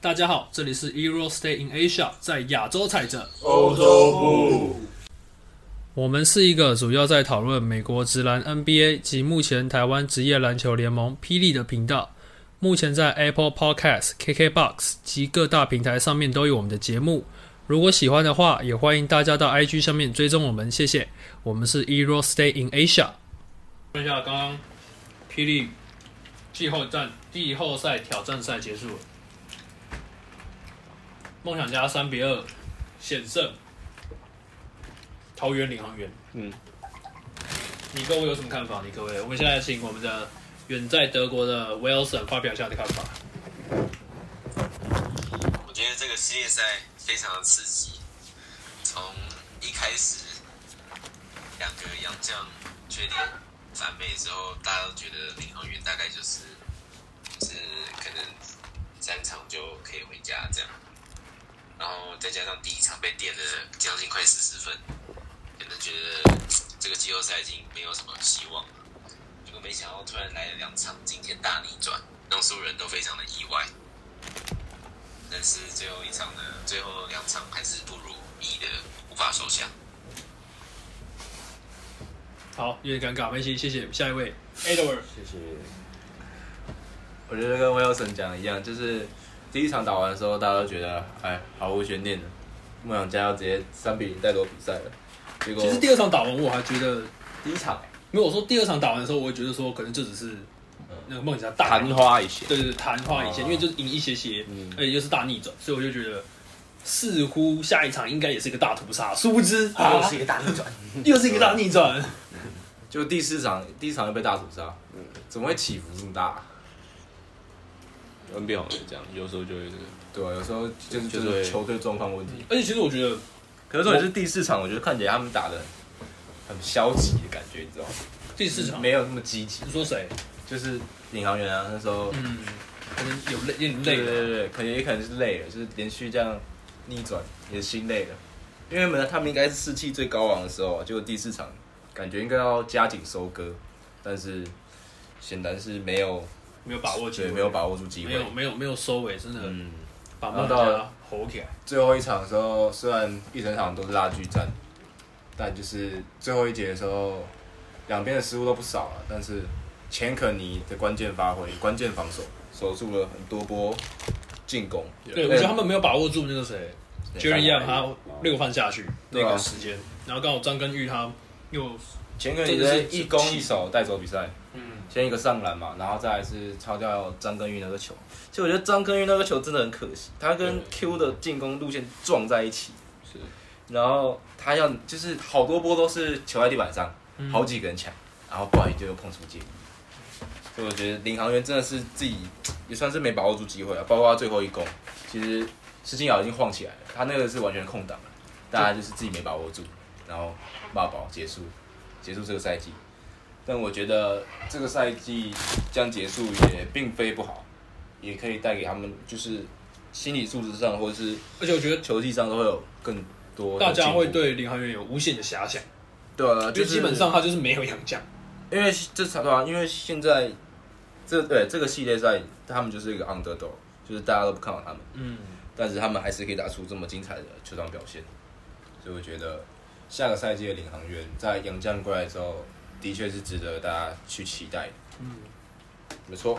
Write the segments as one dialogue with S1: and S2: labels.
S1: 大家好，这里是 Euro Stay in Asia，在亚洲踩着。
S2: 欧洲部，
S1: 我们是一个主要在讨论美国职篮 NBA 及目前台湾职业篮球联盟霹雳的频道。目前在 Apple Podcast、KKBox 及各大平台上面都有我们的节目。如果喜欢的话，也欢迎大家到 IG 上面追踪我们，谢谢。我们是 Euro Stay in Asia。问一下，刚刚霹雳季后战季后赛挑战赛结束了，梦想家三比二险胜桃园领航员。
S2: 嗯，
S1: 你各位有什么看法？你各位，我们现在请我们的远在德国的 Wilson 发表一下你的看法。
S3: 我觉得这个系列赛非常的刺激，从一开始两个洋将确定返美之后，大家都觉得领航员大概就是就是可能三场就可以回家这样，然后再加上第一场被点了将近快四十分，可能觉得这个季后赛已经没有什么希望了。结果没想到突然来了两场惊天大逆转，让所有人都非常的意外。但是最后一场呢，最后两场还是不如意的，无法收下。
S1: 好，有点尴尬，没关系，谢谢。下一位 Edward，
S2: 谢谢。我觉得跟 Wilson 讲的一样，就是第一场打完的时候，大家都觉得哎毫无悬念的，梦想家要直接三比零带走比赛了。结果
S1: 其实第二场打完我还觉得，
S2: 第一场
S1: 没有我说第二场打完的时候，我会觉得说可能就只是那个梦想家大
S4: 昙花一现。
S1: 对对，对昙花一现，
S2: 哦
S1: 因为就是赢一些些，
S2: 嗯
S1: 而且又是大逆转，所以我就觉得。似乎下一场应该也是一个大屠杀，殊不知啊
S5: 又，是一个大逆转。
S2: 嗯
S1: 又是一个大逆转。
S2: 就第四场，第一场就被大屠杀，怎么会起伏这么大？
S4: NBA 好像这样，有时候就会这个。
S2: 对啊，有时候就是
S4: 就
S2: 就是是球队状况问题。
S1: 而且其实我觉得，
S2: 可是重点是第四场，我觉得看起来他们打的很消极的感觉，你知道吗？
S1: 第四场
S2: 没有那么积极，
S1: 你说谁？
S2: 就是领航员啊，那时候
S1: 嗯，可能有累，有点
S2: 对
S1: 累
S2: 对
S1: 了。
S2: 对对，可能也可能是累了，就是连续这样逆转也心累了。因为原本他们应该是士气最高昂的时候啊，结果第四场感觉应该要加紧收割，但是显然是没有
S1: 没有把握机
S2: 对
S1: 会，
S2: 没有把握住机
S1: 没
S2: 会。
S1: 有没有没有收尾，真的
S2: 嗯，
S1: 把梦
S2: 然后
S1: 家
S2: 到
S1: 吼起来。
S2: 最后一场的时候，虽然一整场都是拉锯战，但就是最后一节的时候，两边的失误都不少了，但是钱可尼的关键发挥、关键防守，守住了很多波进攻。
S1: 对，我觉得他们没有把握住那个谁，Jerry y 他六犯下去那
S2: 对啊
S1: 个时间，然后刚好张根玉他又
S2: 前个礼拜一攻一守带走比赛，
S1: 嗯，
S2: 先一个上篮嘛，然后再来是抄掉张根玉那个球。其实我觉得张根玉那个球真的很可惜，他跟 Q 的进攻路线撞在一起，
S4: 是，
S2: 然后他要就是好多波都是球在地板上，
S1: 嗯
S2: 好几个人抢，然后不小心就碰出界。所以我觉得领航员真的是自己也算是没把握住机会啊，包括他最后一攻，其实施金尧已经晃起来了，他那个是完全空档了，大家就是自己没把握住，然后骂宝结束，结束这个赛季。但我觉得这个赛季这样结束也并非不好，也可以带给他们就是心理素质上或者是
S1: 而且我觉得
S2: 球技上都会有更多的
S1: 大家
S2: 进步
S1: 会对林航员有无限的遐想，
S2: 对啊，
S1: 就
S2: 就
S1: 基本上他就是没有洋将，
S2: 因为这场对啊，因为现在这对这个系列赛，他们就是一个 underdog，就是大家都不看好他们，
S1: 嗯，
S2: 但是他们还是可以打出这么精彩的球场表现，所以我觉得下个赛季的领航员在杨将过来之后，的确是值得大家去期待的。
S1: 嗯，
S2: 没错，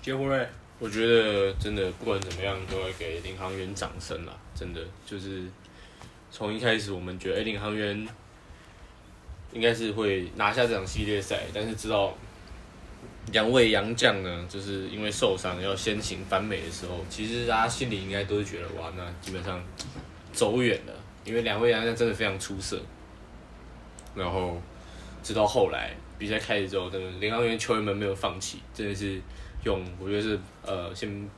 S1: 杰弗瑞，
S4: 我觉得真的不管怎么样，都要给领航员掌声啦！真的就是从一开始我们觉得，哎、领航员应该是会拿下这场系列赛，但是知道两位洋将呢，就是因为受伤要先行返美的时候，其实大家心里应该都是觉得，哇，那基本上走远了，因为两位洋将真的非常出色。然后直到后来比赛开始之后，真的领航员球员们没有放弃，真的是。用，我觉得是呃，先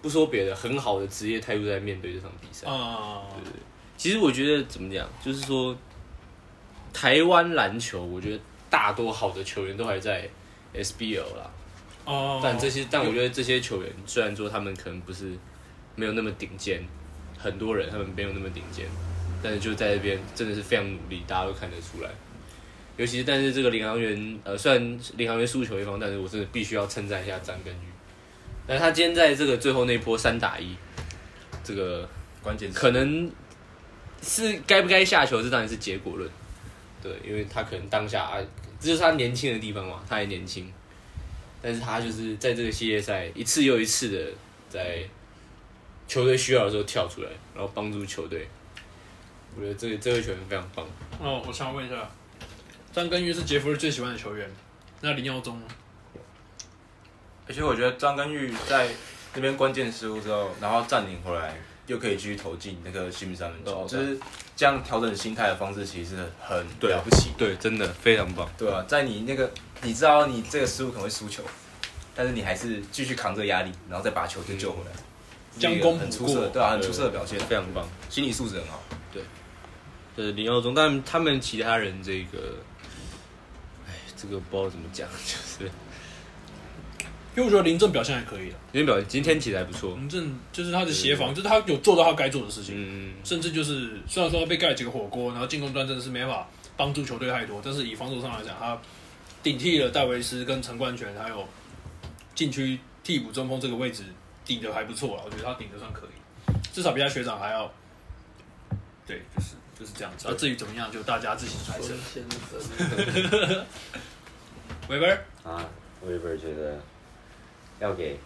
S4: 不说别的，很好的职业态度在面对这场比赛。
S1: 啊，
S4: 其实我觉得怎么讲，就是说台湾篮球，我觉得大多好的球员都还在 SBL 啦，
S1: 哦，
S4: 但这些，但我觉得这些球员虽然说他们可能不是没有那么顶尖，很多人他们没有那么顶尖，但是就在这边真的是非常努力，大家都看得出来。尤其是但是这个领航员，呃，虽然领航员输球一方，但是我真的必须要称赞一下张根宇，
S2: 但他今天在这个最后那一波三打一，这个
S6: 关键
S2: 可能是该不该下球，这当然是结果论。对，因为他可能当下啊，这就是他年轻的地方嘛，他还年轻，但是他就是在这个系列赛一次又一次的在球队需要的时候跳出来，然后帮助球队。我觉得这这位球员非常棒。
S1: 哦，我想问一下，张根玉是杰弗瑞最喜欢的球员，那林耀宗
S2: 嗯
S1: 呢？
S6: 而且我觉得张根玉在那边关键失误之后，然后占领回来，又可以继续投进那个新三分球，
S2: 哦
S6: 就是这样调整心态的方式，其实是很
S2: 对
S6: 了不起的。
S2: 对，真的非常棒。
S6: 对啊，在你那个你知道你这个失误可能会输球，但是你还是继续扛着压力，然后再把球队救回来，
S1: 将功
S6: 很
S1: 补
S6: 出
S1: 过
S6: 色，对啊，很出色的表现，
S2: 非常棒。
S6: 心理素质很好。
S2: 就是林耀宗，但他们其他人这个，哎，这个不知道怎么讲，就是
S1: 因为我觉得林正表现还可以了，啊
S2: 林表今天其实还不错。
S1: 林正就是他的协防，就是他有做到他该做的事情，
S2: 嗯，
S1: 甚至就是虽然说被盖了几个火锅，然后进攻端真的是没办法帮助球队太多，但是以防守上来讲，他顶替了戴维斯跟陈冠权，还有禁区替补中锋这个位置顶的还不错啊了，我觉得他顶的算可以，至少比他学长还要。对，就是就是这样子。啊，至于怎么样，就大家自行猜测。
S5: 先生，
S1: 维维尔，
S5: 啊，我原本觉得要给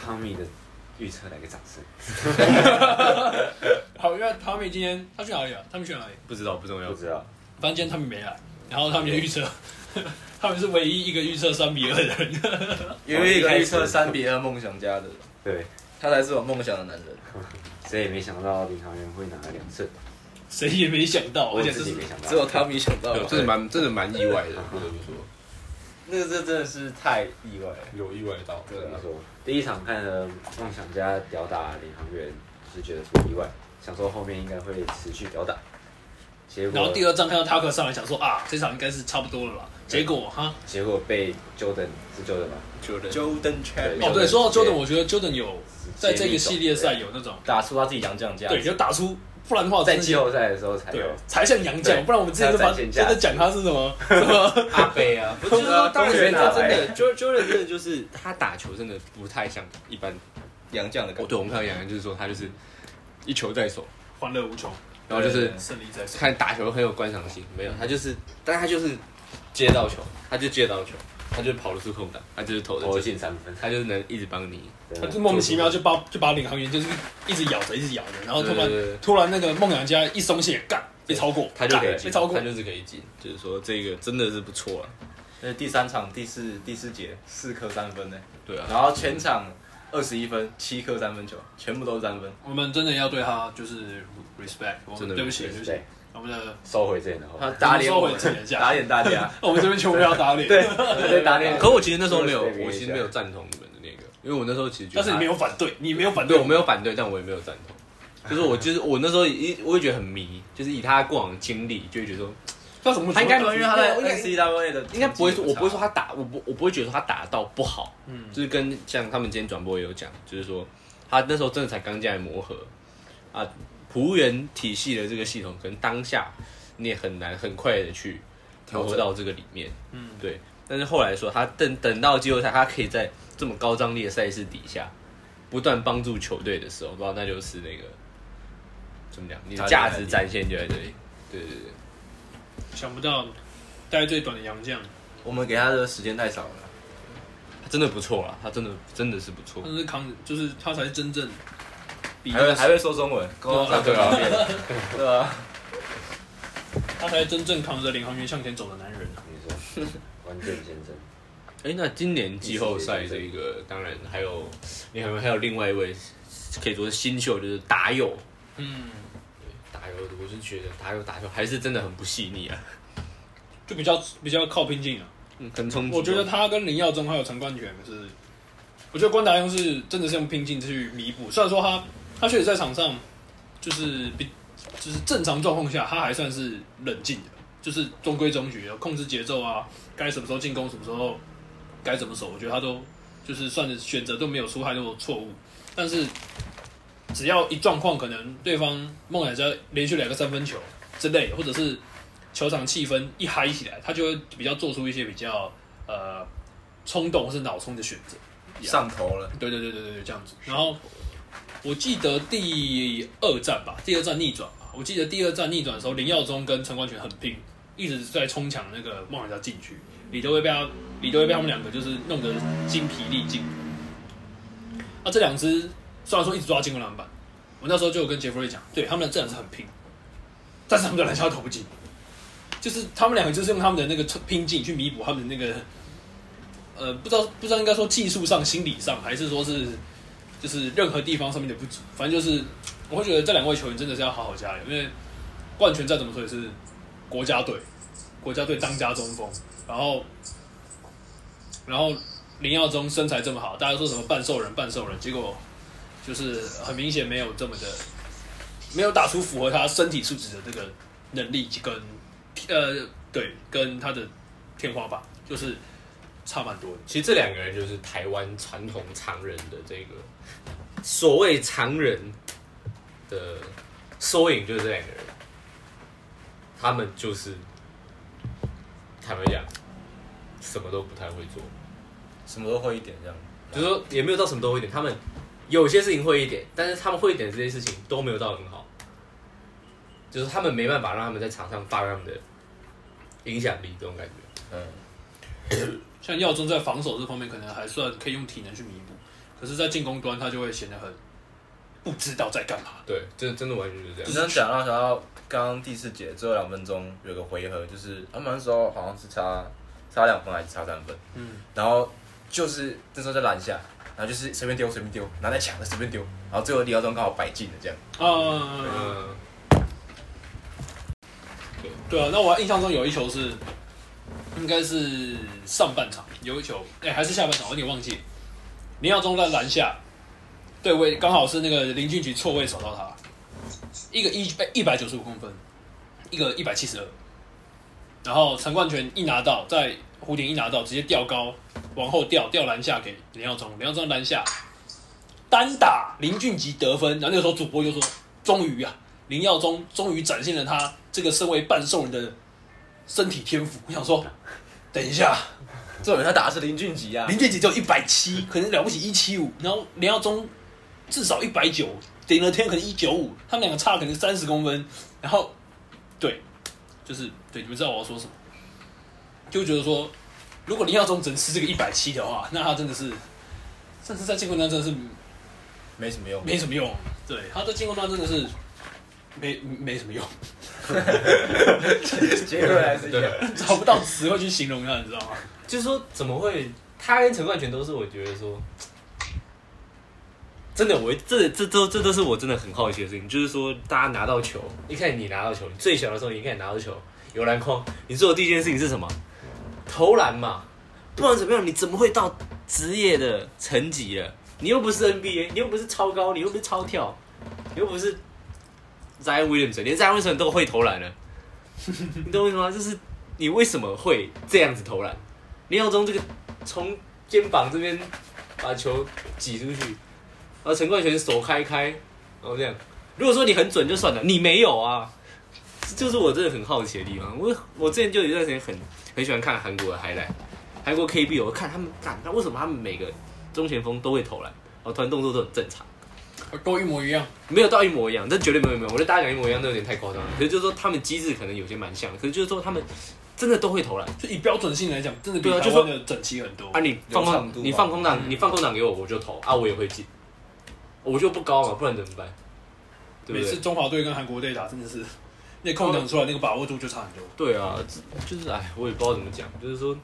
S5: 汤米的预测来个掌声。
S1: 好，因为汤米今天他去哪里了？他们去哪里？
S2: 不知道不重要
S5: 不。知道，
S1: 反正今天他们没来，然后他们就预测， 他们是唯一一个预测三比二的人。
S6: 因为一个预测三比二梦想家的，
S5: 对，
S6: 他才是有梦想的男人。
S5: 谁也没想到领航员会拿两胜，
S1: 谁也没想到，而
S5: 我
S1: 且这
S5: 自己
S1: 是
S5: 没想到，
S6: 只有汤米想到
S2: 哦对，
S6: 吧，
S2: 真的蛮真的蛮意外的，不得不说，
S6: 那个这真的是太意外了。
S2: 有意外到。
S5: 怎
S2: 对
S5: 么
S2: 啊，
S5: 说？第一场看了梦想家吊打领航员，是觉得不意外，想说后面应该会持续吊打。结
S1: 然后
S5: 果，
S1: 第二仗看到 Tucker 上来，想说啊，这场应该是差不多了啦。
S2: 嗯
S1: 结果哈，
S5: 结果被 Jordan 是 Jordan 吧？
S2: 就人
S6: Jordan Chapman
S1: 哦
S5: 对
S1: 对，说到 Jordan，
S5: 对
S1: 我觉得 Jordan 有在这个系列赛有那种
S6: 打出他自己洋将价值
S1: 对，就打出，不然的话
S5: 哦在
S1: 真的
S5: 季后赛的时候才
S1: 对
S5: 有。
S1: 才像洋将，
S5: 对
S1: 不然我们之前都把
S5: 才
S1: 真
S5: 有展现价
S1: 的
S5: 值
S1: 讲他是什么什么
S2: 阿贝啊，不是
S5: 对啊
S2: 说当然
S5: 公园
S2: 他
S5: 拿
S2: 真
S5: 来
S2: 的，Jo Jordan 真的就是他打球真的不太像一般。
S6: 洋将的感
S2: 哦，
S6: 觉，
S2: 对，我们看到杨洋就是说他就是一球在手，
S1: 欢乐无穷，
S2: 然后就是
S1: 胜利在手。
S2: 看打球很有观赏性，没有他就是，但他就是接到球，他就接到球，他就跑得出空档，他就是投的
S5: 投进三分，
S2: 他就是能一直帮你。
S5: 真
S1: 他
S5: 的
S1: 就莫名其妙就把就把领航员就是一直咬着，一直咬着，然后突然
S2: 对对对
S1: 突然那个梦想家一松懈，干被超过，
S2: 他就可以
S1: 干被
S2: 进，
S1: 超过
S2: 他，就是可以进，就是说这个真的是不错啊，
S6: 那第三场第四第四节四颗三分呢，
S2: 对啊，
S6: 然后全场二十一分，七颗三分球，全部都是三分。
S1: 我们真的要对他就是 respect，我
S2: 真
S1: 们
S2: 的
S1: 对不起，对不起
S5: 对，，
S1: 我们的
S5: 收回这里的话
S6: 他， 打脸我
S1: 收回自己的
S6: 们，
S1: 价
S6: 打脸大家。
S1: 我们这边全部要打脸，
S6: 对，直接打脸。
S2: 可我其实那时候没有，
S5: 这个是被
S2: 我其实没有赞同你们的那个，因为我那时候其实觉得
S1: 但
S2: 他，
S1: 是你没有反对，你没有反
S2: 对
S1: 对，
S2: 我没有反对，但我也没有赞同，就是我就是我那时候一我也觉得很迷，就是以他过往的经历，就会觉得说
S1: 他什么？
S2: 他应该
S6: 因为他在 NCAA 的，
S2: 应该不会说，我不会说，他打，我不我不会觉得他打到不好，
S1: 嗯
S2: 就是跟像他们今天转播也有讲，就是说他那时候真的才刚进来磨合啊，仆人体系的这个系统，可能当下你也很难很快的去调和到这个里面，
S1: 嗯，
S2: 对。但是后来说，他等等到季后赛，他可以在这么高张力的赛事底下，不断帮助球队的时候，哇，那就是那个怎么讲，你的价值展现就在这里。对对对，
S1: 想不到待最短的洋将，
S6: 我们给他的时间太少了。
S2: 他真的不错啊啦，他真的真的是不错
S1: 他。是扛，就是他才是真正嗯比
S6: 还会还会说中文，沟通上
S2: 对啊
S6: 很方便 对啊，
S1: 他才是真正扛着领航员向前走的男人啊！
S5: 没错，关键先生，
S2: 哎、那今年季后赛这一个，当然还有，你还有还有另外一位可以说是新秀，就是打友。
S1: 嗯，
S2: 打友，我是觉得打友打球还是真的很不细腻啊，
S1: 就比较比较靠拼劲啊。
S2: 嗯，很冲击。
S1: 我觉得他跟林耀宗还有陈冠权是，我觉得关达用是真的是用拼劲去弥补。虽然说他他确实在场上就是比就是正常状况下他还算是冷静的，就是中规中矩，有控制节奏啊，该什么时候进攻，什么时候该怎么守，我觉得他都就是算是选择都没有出太多的错误。但是只要一状况，可能对方梦想家连续两个三分球之类的，或者是球场气氛一嗨起来，他就会比较做出一些比较呃冲动或是脑冲的选择。
S6: 上头了，
S1: 对对对对对对，这样子。然后我记得第二战吧，第二战逆转吧，我记得第二战逆转的时候，林耀宗跟陈冠泉很拼，一直在冲抢那个梦想家禁区，李德威被他李德威被他们两个就是弄得精疲力尽。啊，这两支虽然说一直抓进攻篮板，我那时候就有跟杰弗瑞讲，对他们这两支很拼，但是他们的篮下投不进，就是他们两个就是用他们的那个拼劲去弥补他们的那个呃，不知道不知道应该说技术上、心理上，还是说是就是任何地方上面的不足，反正就是我会觉得这两位球员真的是要好好加油，因为冠权再怎么说也是国家队，国家队当家中锋，然后然后林耀宗身材这么好，大家说什么半兽人半兽人，结果就是很明显没有这么的没有打出符合他身体素质的这个能力跟呃对跟他的天花板，就是差蛮多的。
S2: 其实这两个人就是台湾传统常人的这个所谓常人的缩影，就是这两个人，他们就是坦白讲，什么都不太会做，
S6: 什么都会一点这样。
S2: 就是说也没有到什么都会一点，他们有些事情会一点，但是他们会一点这些事情都没有到很好，就是他们没办法让他们在场上发挥他们的影响力，这种感觉。
S6: 嗯，
S1: 像耀宗在防守这方面可能还算可以用体能去弥补，可是，在进攻端他就会显得很不知道在干嘛。
S2: 对，真的真的完全就是这样
S6: 你。这样讲到想到刚刚第四节最后两分钟有个回合，就是他们那时候好像是差差两分还是差三分，
S1: 嗯，
S6: 然后就是那时候在篮下，然后就是随便丢随便丢，然后再抢了随便丢，然后最后李耀宗刚好摆进了这样。
S1: 啊，
S2: 嗯，
S1: 对啊，那我印象中有一球是，应该是上半场有一球，哎、还是下半场，我有点忘记。林耀宗在篮下对位，刚好是那个林俊杰错位扫到他，一个一哎一百九十五公分，一个一百七十二。然后陈冠泉一拿到，在蝴蝶一拿到，直接吊高往后吊，吊篮下给林耀宗，林耀宗篮下单打林俊杰得分。然后那个时候主播就说：“终于啊，林耀宗终于展现了他这个身为半兽人的身体天赋。我想说，等一下，
S6: 这种人他打的是林俊杰啊，
S1: 林俊杰只有一百七，可能了不起一七五，然后林耀宗至少一百九，顶了天可能一九五，他们两个差可能三十公分，然后对，就是对，你们知道我要说什么，就觉得说，如果林耀宗只能吃这个一百七的话，那他真的是，甚至在进攻端真的是
S6: 没什么用，
S1: 没什么用，对，他在进攻端真的是没没什么用。
S6: 结果
S1: 啊
S6: 还是一样。
S2: 对，
S1: 找不到词汇去形容它，你知道吗？
S2: 就是说怎么会？他跟陈冠泉都是我觉得说，真的，我这这都这都是我真的很好奇的事情，就是说大家拿到球，一开始你拿到球，你最小的时候你一开始拿到球，有篮筐，你做的第一件事情是什么？投篮嘛，不管怎么样，你怎么会到职业的层级了？你又不是 NBA，你又不是超高，你又不是超跳，你又不是 Zion Williamson，连 Zion Williamson 都会投篮了，你懂我意思吗？就是你为什么会这样子投篮？林耀宗这个从肩膀这边把球挤出去，然后陈冠泉手开开，然后这样。如果说你很准就算了，你没有啊，这就是我真的很好奇的地方。我我之前就有一段时间很很喜欢看韩国的 highlight，韩国 KB 我看他们干，那为什么他们每个中前锋都会投篮，然后突然动作都很正常？
S1: 都一模一样。
S2: 没有到一模一样，这绝对没有没有，我觉得大家讲一模一样都有点太夸张了。可是就是说他们机制可能有些蛮像的，可是就是说他们真的都会投篮。
S1: 就以标准性来讲，真的比
S2: 对啊
S1: 台
S2: 就
S1: 湾的整齐很多。
S2: 啊，你放
S6: 流畅度
S2: 空
S6: 嘛
S2: 你放空档，你放空档给我，我就投啊，我也会进，我就不高嘛，不然怎么办？对
S1: 每
S2: 不
S1: 次
S2: 对？
S1: 中华队跟韩国队打，真的是那空档出来那个把握度就差很多。
S2: 对啊，这就是哎，我也不知道怎么讲，就是说，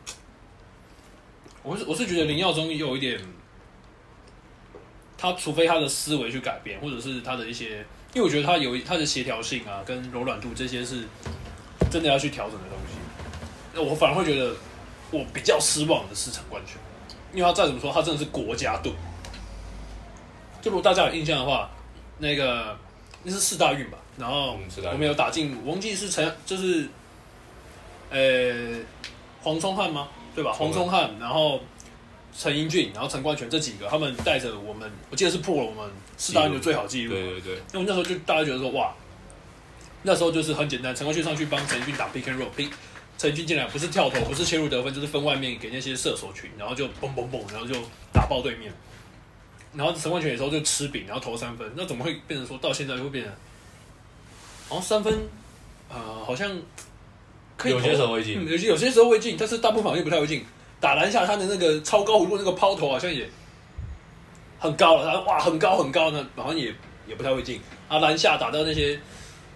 S1: 我是我是觉得林耀宗有一点，他除非他的思维去改变，或者是他的一些，因为我觉得他有他的协调性啊，跟柔软度这些是真的要去调整的东西。那我反而会觉得我比较失望的是陈冠权，因为他再怎么说，他真的是国家队。就如果大家有印象的话，那个那是四大运吧，然后
S2: 嗯四大运
S1: 我们有打进，我忘记是陈就是，呃、黄聪汉吗？对吧？黄
S2: 黄
S1: 聪汉，然后陈英俊，然后陈冠泉这几个，他们带着我们，我记得是破了我们四大运的最好记
S2: 对
S1: 录。啊
S2: 对对，
S1: 那我那时候就大家觉得说，哇，那时候就是很简单，陈冠旭上去帮陈奕迅打 pick and roll，pick 陈军进来，不是跳投，不是切入得分，就是分外面给那些射手群，然后就嘣嘣嘣，然后就打爆对面。然后陈冠泉有时候就吃饼，然后投三分，那怎么会变成说到现在会变成，好像三分，呃，好像可以投
S2: 有些时候会进
S1: 嗯有些有些时候会进，但是大部分好像不太会进。打篮下他的那个超高弧度那个抛投好像也很高了，他哇很高很高呢，好像也也不太会进啊。篮下打到那些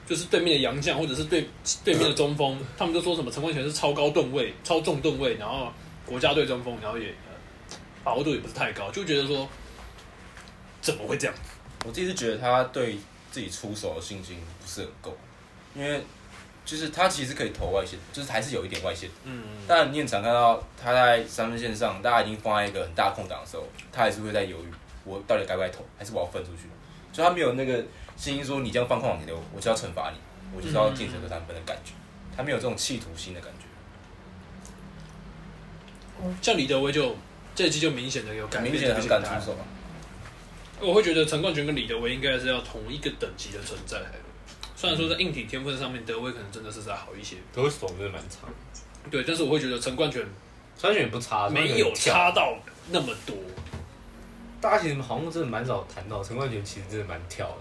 S1: 就是对面的洋将或者是对对面的中锋，他们就说什么陈冠泉是超高吨位、超重吨位，然后国家队中锋，然后也、呃把握度也不是太高，就觉得说怎么会这样？
S6: 我自己是觉得他对自己出手的信心不是很够，因为就是他其实可以投外线，就是还是有一点外线。
S1: 嗯，
S6: 但你很常看到他在三分线上，大家已经放在一个很大空档的时候，他还是会在犹豫，我到底该不该投，还是我要分出去？所以他没有那个信心说你这样放空网球，我就要惩罚你，我就是要进这个三分的感觉。他没有这种企图心的感觉，
S1: 像李德威就这一季就明显的有改变，
S6: 明显很敢出手啊。
S1: 我会觉得陈冠泉跟李德威应该是要同一个等级的存在才对。虽然说在硬体天分上面，德威可能真的是再好一些，
S2: 都手真的蛮长，
S1: 对，但是我会觉得陈冠泉
S2: 穿选也不差，
S1: 没有
S2: 跳。
S1: 差到那么多。
S2: 大家其实好像真的蛮少谈到陈冠杰，其实真的蛮跳的。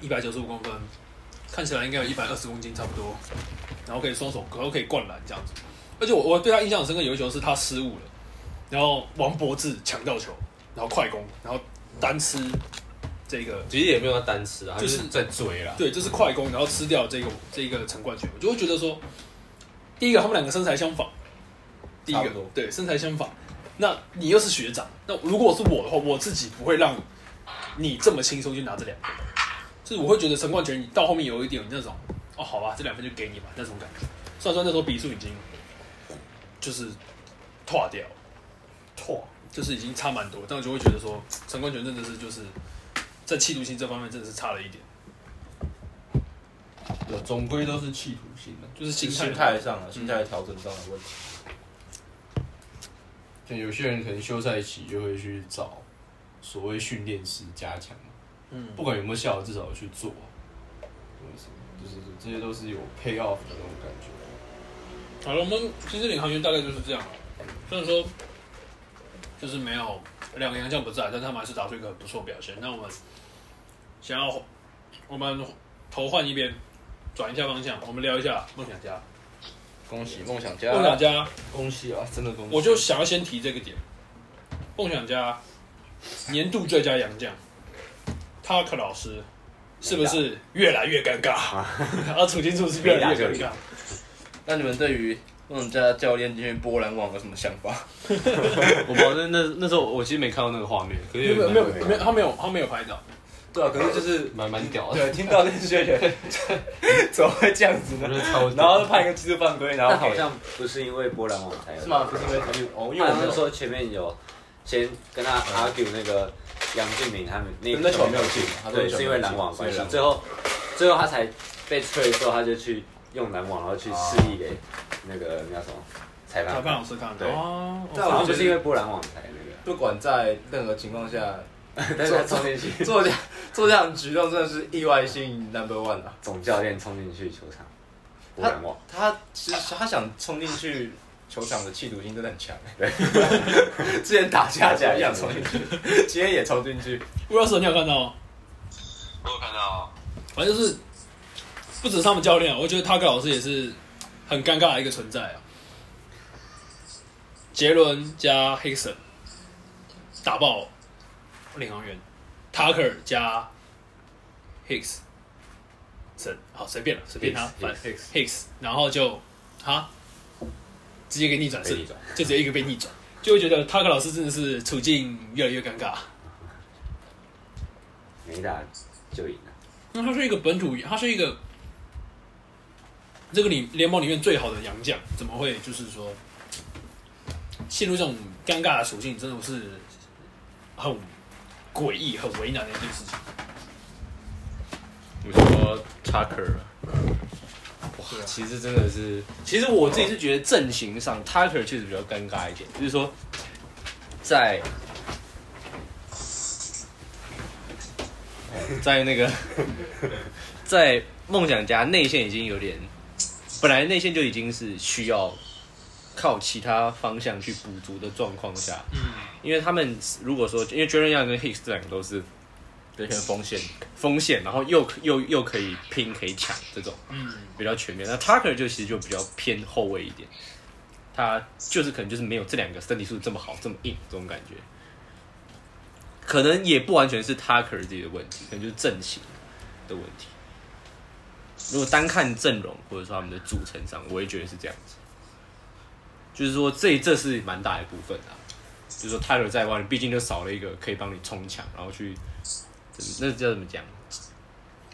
S1: 一百九十五公分，看起来应该有一百二十公斤差不多，然后可以双手，然后可以灌篮这样子。而且我我对他印象很深刻，有一球是他失误了，然后王柏志抢到球，然后快攻，然后单吃这个，
S2: 其实也没有他单吃啊，他
S1: 就是
S2: 就是在追啦。
S1: 对，就是快攻，然后吃掉这个这个陈冠泉，我就会觉得说，第一个他们两个身材相仿，第一
S6: 差
S1: 个
S6: 不多
S1: 对身材相仿，那你又是学长，那如果是我的话，我自己不会让你这么轻松就拿这两分，就是我会觉得陈冠泉到后面有一点那种，哦，好吧，这两分就给你吧那种感觉。虽然说那时候比数已经就是拓掉，拓就是已经差蛮多，但我就会觉得说陈冠泉真的是就是在企图心这方面真的是差了一点。
S2: 我总归都是企图心的，
S1: 就是心
S6: 心
S1: 态。嗯
S6: 态上啊，心态调整上的问题。
S2: 像有些人可能休赛期就会去找所谓训练师加强，
S1: 嗯，
S2: 不管有没有效，至少去做。为什么？就是这些都是有 pay off 的那种感觉。
S1: 好了，我们其实领航员大概就是这样了。虽然说就是没有两个洋将不在，但他们还是打出一个很不错表现。那我们想要我们头换一边，转一下方向，我们聊一下梦想家。
S6: 恭喜梦想
S1: 梦想
S6: 家！
S1: 家，
S2: 恭喜啊，真的恭喜！
S1: 我就想要先提这个点。梦想家年度最佳洋将，塔克老师是不是越来越尴尬？ 而处境是不是越来越尴尬？
S6: 那你们对于梦想家的教练进去波兰网有什么想法？
S2: 我保证那那时候我其实没看到那个画面，可
S1: 没
S2: 是
S1: 有
S2: 蛮
S1: 没有没有，他没有他没有拍到。
S6: 对啊，可是就是
S2: 蛮蛮屌的，
S6: 对，听到这些就 觉得怎么会这样子
S2: 我
S6: 呢
S2: 觉？得超屌。
S6: 然后判一个技术犯规，然后
S5: 但好像不是因为波兰网才有
S6: 是吗？不是因为他们哦，因
S5: 他
S6: 为我
S5: 们
S6: 们
S5: 就说前面有先跟他 argue 那个杨俊明他们那
S6: 那球没有进，他说
S5: 对，是
S6: 球没有进
S5: 因为拦网关
S6: 是
S5: 系
S6: 因为，
S5: 最后最后他才被吹的时候，他就去用拦网，然后去示意给那个那叫什么裁判。
S1: 裁判老师看的
S5: 对
S1: 哦，
S6: 但
S5: 然
S3: 啊
S6: 我
S5: 后就
S6: 觉得
S5: 是因为波兰网才那
S6: 不管在任何情况下，
S5: 个，但是他冲进去，
S6: 做这样做这样的举动真的是意外性 number one 啊！
S5: 总教练冲进去球场，波兰网。
S6: 他其实他想冲进去球场的企图心真的很强。 之前打架架也想冲进去，今天也冲进去。
S1: 威尔森你有看到吗？
S3: 我有看到
S1: 反正就是不止他们教练啊，我觉得塔克老师也是很尴尬的一个存在啊。杰伦加黑神打爆领航员，塔克加 Hicks 神，好随便了，随便他，
S5: Hicks，
S1: 反正 Hicks，然后就哈直接给逆转胜
S5: 被逆转，
S1: 就只有一个被逆转，就会觉得塔克老师真的是处境越来越尴尬。
S5: 没打就赢了。
S1: 那他是一个本土，他是一个这个里联盟里面最好的洋将，怎么会就是说陷入这种尴尬的处境，真的是很诡异、很为难的一件事情。
S2: 我说 Tucker 啊
S1: 对啊
S2: 其实真的是，其实我自己是觉得阵型上 Tucker 确实比较尴尬一点，就是说在在那个在梦想家内线已经有点，本来内线就已经是需要靠其他方向去补足的状况下，嗯，因为他们如果说，因为 j o r d a n 跟 Hicks 这两个都是
S6: 对，很风险。
S2: 锋线，然后又又又可以拼可以抢这种，嗯，比较全面。那 Tucker 就其实就比较偏后卫一点，他就是可能就是没有这两个身体素质这么好这么硬这种感觉，可能也不完全是 Tucker 自己的问题，可能就是阵型的问题。如果单看阵容或者说他们的组成上，我也觉得是这样子，就是说这这是蛮大一部分啊，就是说 Tucker 在外，你毕竟就少了一个可以帮你冲抢，然后去。那叫怎么讲？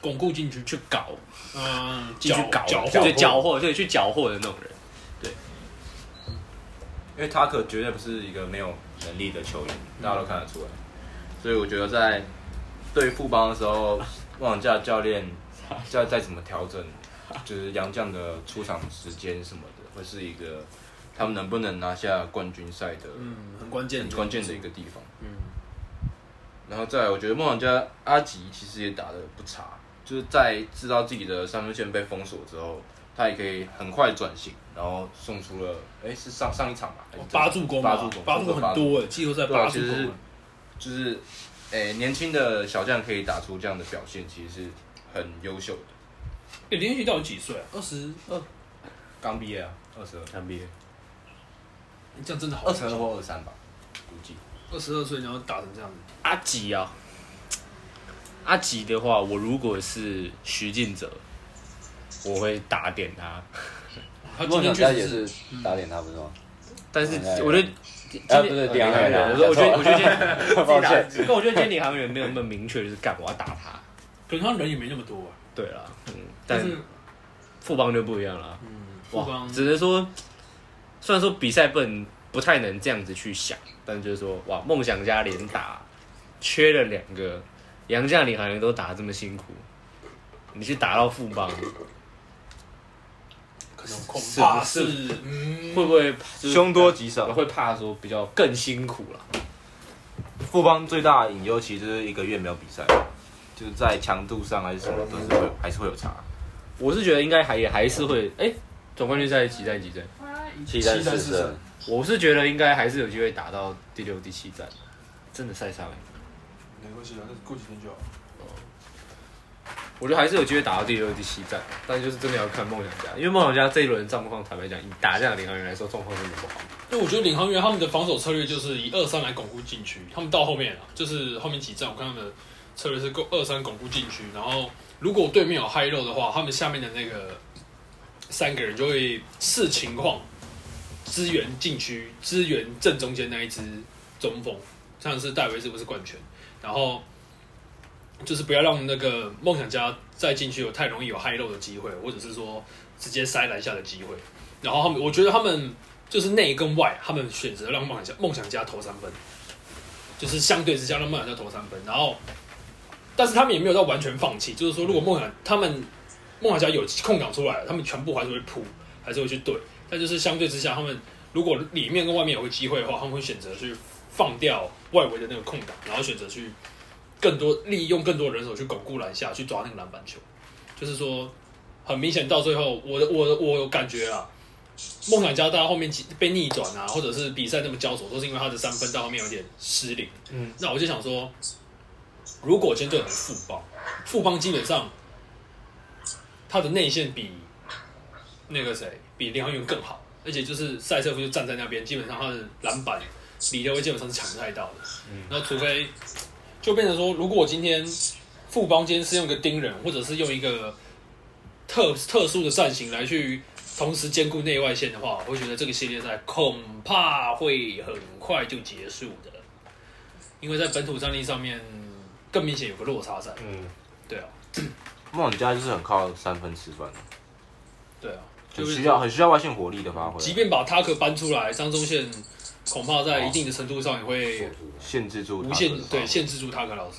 S1: 巩固进去去搞，嗯，
S2: 进去搞，
S1: 搅
S2: 对，
S1: 和，
S2: 搅和，对，去搅和的那种人。
S6: 因为塔克绝对不是一个没有能力的球员，大家都看得出来。所以我觉得在对富邦的时候，望家教练要再怎么调整，就是杨将的出场时间什么的，会是一个他们能不能拿下冠军赛的
S1: 嗯，很关键
S6: 很
S1: 的，
S6: 关键的一个地方。
S1: 嗯，
S6: 然后再来，我觉得梦想家阿吉其实也打得不差，就是在知道自己的三分线被封锁之后，他也可以很快转型，然后送出了，哎，是上上一场吧？还是这场
S1: 八助攻嘛，
S6: 八助攻，
S1: 八助攻很多诶，季后赛
S6: 对啊
S1: 八助
S6: 其实
S1: 攻啊，
S6: 就是，诶、年轻的小将可以打出这样的表现，其实是很优秀的。
S1: 诶欸连续到底几岁啊？二十二，
S6: 刚毕业啊，二十二，
S2: NBA
S1: 你这样真的好
S6: 二十二或二十三吧，估计。
S1: 二十二岁你要打成这样子，
S2: 阿吉啊，阿吉的话，我如果是徐静哲，我会打点他。
S1: 他今
S5: 梦想
S1: 天确
S5: 家
S1: 实
S5: 也是打脸他不是吗？
S2: 但是
S5: 哎
S2: 我觉得，
S5: 啊，不是，领航员啊
S2: 我说我觉得，我觉得今 天，哦
S5: 得抱歉，
S2: 但我觉得今天领航员没有那么明确，就是干我要打他。
S1: 可能他人也没那么多啊，
S2: 对了，嗯，但
S1: 但是
S2: 富邦就不一样了。
S1: 嗯，富
S2: 哇
S1: 邦，
S2: 只能说，虽然说比赛不能不太能这样子去想，但就是说，哇，梦想家连打缺了两个，杨将领航员都打得这么辛苦，你去打到富邦，
S1: 可能恐
S2: 是
S1: 怕
S2: 是
S1: 是嗯，
S2: 会不会就是
S6: 凶多吉少
S2: 会怕说比较更辛苦了？
S6: 富邦最大的隐忧其实就是一个月没有比赛，就是在强度上还是什么都是会有还是会有差。
S2: 我是觉得应该还也还是会，哎、总冠军赛几战几战？
S5: 七战四
S1: 四胜
S5: 胜，
S2: 我是觉得应该还是有机会打到第六、第七战，真的赛上来。
S7: 没关系啊，那过几天就好。
S2: 我觉得还是有机会打到第六、第七战，但就是真的要看梦想家，因为梦想家这一轮状况，坦白讲，以打这样的领航员来说，状况真的不好。
S1: 因为我觉得领航员他们的防守策略就是以二三来巩固禁区，他们到后面啊，就是后面几站，我看他们的策略是够二三巩固禁区，然后如果对面有 high low 的话，他们下面的那个三个人就会视情况支援禁区，支援正中间那一只中锋，像是戴维是不是冠权，然后就是不要让那个梦想家在禁区有太容易有 high low 的机会，或者是说直接塞篮下的机会，然后他们我觉得他们。就是内跟外，他们选择让梦想家梦想家投三分，就是相对之下让梦想家投三分，然后，但是他们也没有到完全放弃，就是说如果梦想他们梦想家有空档出来了，他们全部还是会扑，还是会去对，但就是相对之下，他们如果里面跟外面有个机会的话，他们会选择去放掉外围的那个空档，然后选择去更多利用更多人手去巩固篮下，去抓那个篮板球，就是说很明显到最后，我的我的我有感觉啊。梦想家到后面几被逆转啊，或者是比赛那么焦灼，都是因为他的三分到后面有点失灵。
S2: 嗯，
S1: 那我就想说，如果今天对的是富邦，富邦基本上他的内线比那个谁比林航员更好，而且就是塞瑟夫就站在那边，基本上他的篮板李德威基本上是抢不太到的。嗯，那除非就变成说，如果我今天富邦今天是用一个盯人，或者是用一个特特殊的战型来去同时兼顾内外线的话，我会觉得这个系列赛恐怕会很快就结束的，因为在本土战力上面更明显有个落差在。
S2: 嗯，
S1: 对啊，
S6: 梦想家就是很靠三分吃饭的，
S1: 对啊，
S6: 很
S1: 就是
S6: 需要很需要外线火力的发挥啊，
S1: 即便把塔克搬出来，张忠宪恐怕在一定的程度上也会
S6: 限制住
S1: 无
S6: 他
S1: 限
S6: 的
S1: 对限制住塔克老师，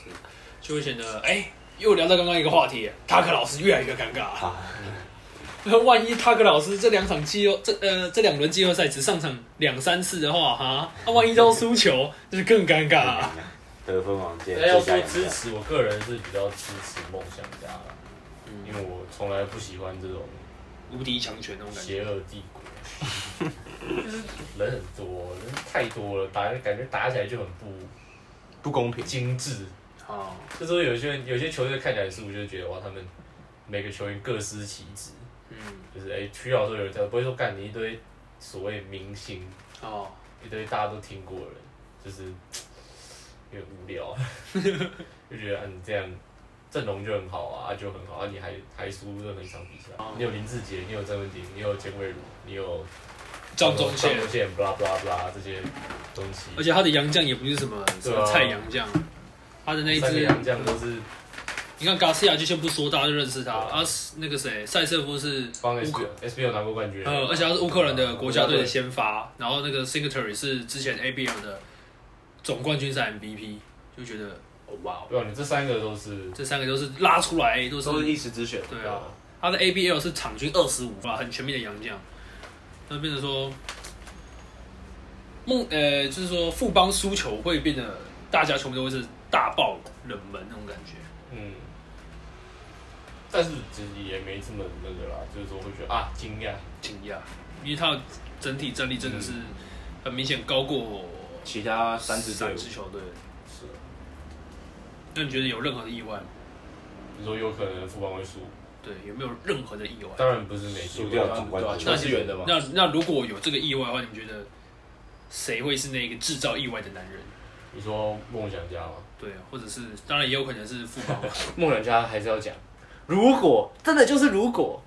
S1: 就会显得哎、又聊到刚刚一个话题，塔克老师越来越尴尬。
S8: 啊
S1: 那万一塔克老师这两场季后这呃这两轮季后赛只上场两三次的话，哈，那、万一都输球，那就更尴尬、啊。
S5: 得分王健
S9: 那要
S5: 嗯最佳
S9: 说
S6: 哎
S5: 赢
S9: 支
S5: 家，
S9: 持，我个人是比较支持梦想家啦。
S1: 嗯，
S10: 因为我从来不喜欢这种
S8: 无敌强权那种感觉。
S10: 邪恶帝国，就是人很多，人太多了，打感觉打起来就很不
S2: 不公平。
S10: 精致。
S8: 哦，
S10: 这时候有些人有些球队看起来输，就觉得哇，他们每个球员各司其职，
S8: 嗯，
S10: 就是哎、需要的时候有人在，不会说干你一堆所谓明星，
S8: 哦，
S10: 一堆大家都听过的人，就是有点无聊啊， 就觉得啊你这样阵容就很好啊，啊就很好啊，你还还输任何一场比赛，你有林志杰，你有郑文鼎，你有简伟儒，你有
S8: 赵忠
S10: 赵
S8: 宪，
S10: 忠宪，blah blah blah 这些东西，
S8: 而且他的洋将也不是什么什么菜洋将，他的那一
S10: 三个
S8: 支，
S10: 洋将都是
S1: 你看嘎斯亚就先不说，大家就认识他。
S10: 对啊
S1: 啊，那个谁，塞瑟夫是
S10: 帮
S1: 乌克
S10: SBL SBL 拿过冠军，
S1: 呃，而且他是乌克兰的国家队的先发，然后那个 Singletary 是之前 ABL 的总冠军赛 MVP，就觉得哦哇哦，
S10: 对啊，你这三个都是
S1: 这三个都是拉出来都是
S6: 都是一时之选。
S1: 对啊，他的 ABL 是场均二十五发，很全面的洋将。那变成说，梦呃，就是说富邦输球会变得大家球迷都会是大爆冷门那种感觉。
S10: 嗯，但是其实也没这么那个啦，就是说会觉得啊惊讶，
S1: 惊讶，因为他的整体战力真的是很明显高过
S6: 其他三支队
S1: 三
S6: 伍
S1: 支球队。
S10: 是
S11: 啊
S1: 那你觉得有任何的意外吗？
S10: 你说有可能富邦会输，
S1: 对，有没有任何的意外？
S10: 当然不是没机
S11: 输
S10: 会
S11: 掉
S10: 啊
S11: 总冠军
S10: 对啊球是圆的嘛，
S1: 那那如果有这个意外的话，你们觉得谁会是那个制造意外的男人？
S10: 你说梦想家吗？
S1: 对啊，或者是当然也有可能是富啊邦嘛。
S10: 梦想家还是要讲，
S2: 如果真的就是如果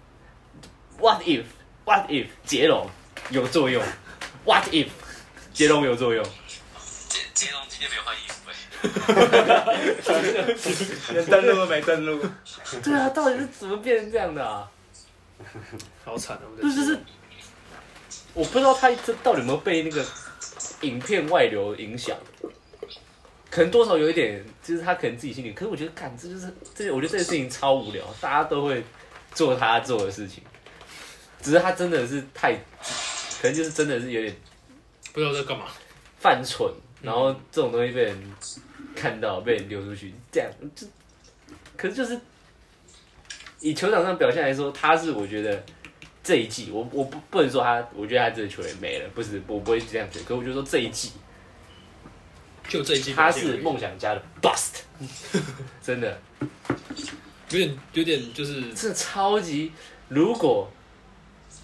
S2: ，What if What if 杰龙有作用？What if 杰龙有作用？
S3: 杰杰龙今天没有换衣 服哎、
S6: 连登录都没登录，
S2: 对啊，到底是怎么变成这样的啊？
S1: 好惨啊！我们的
S2: 这就是我不知道他这到底有没有被那个影片外流影响，可能多少有一点，就是他可能自己心里，可是我觉得，干这就是这，我觉得这件事情超无聊，大家都会做他做的事情，只是他真的是太，可能就是真的是有点
S1: 不知道在干嘛。
S2: 犯蠢，然后这种东西被人看到，被人流出去，这样就，可是就是以球场上表现来说，他是我觉得这一季，我我不不能说他，我觉得他这个球员没了，不是我不会这样子，可我就说这一季
S1: 就这一季
S2: 他
S1: 表现而已，
S2: 是梦想家的 bust，真的，
S1: 有点有点就是
S2: 这超级，如果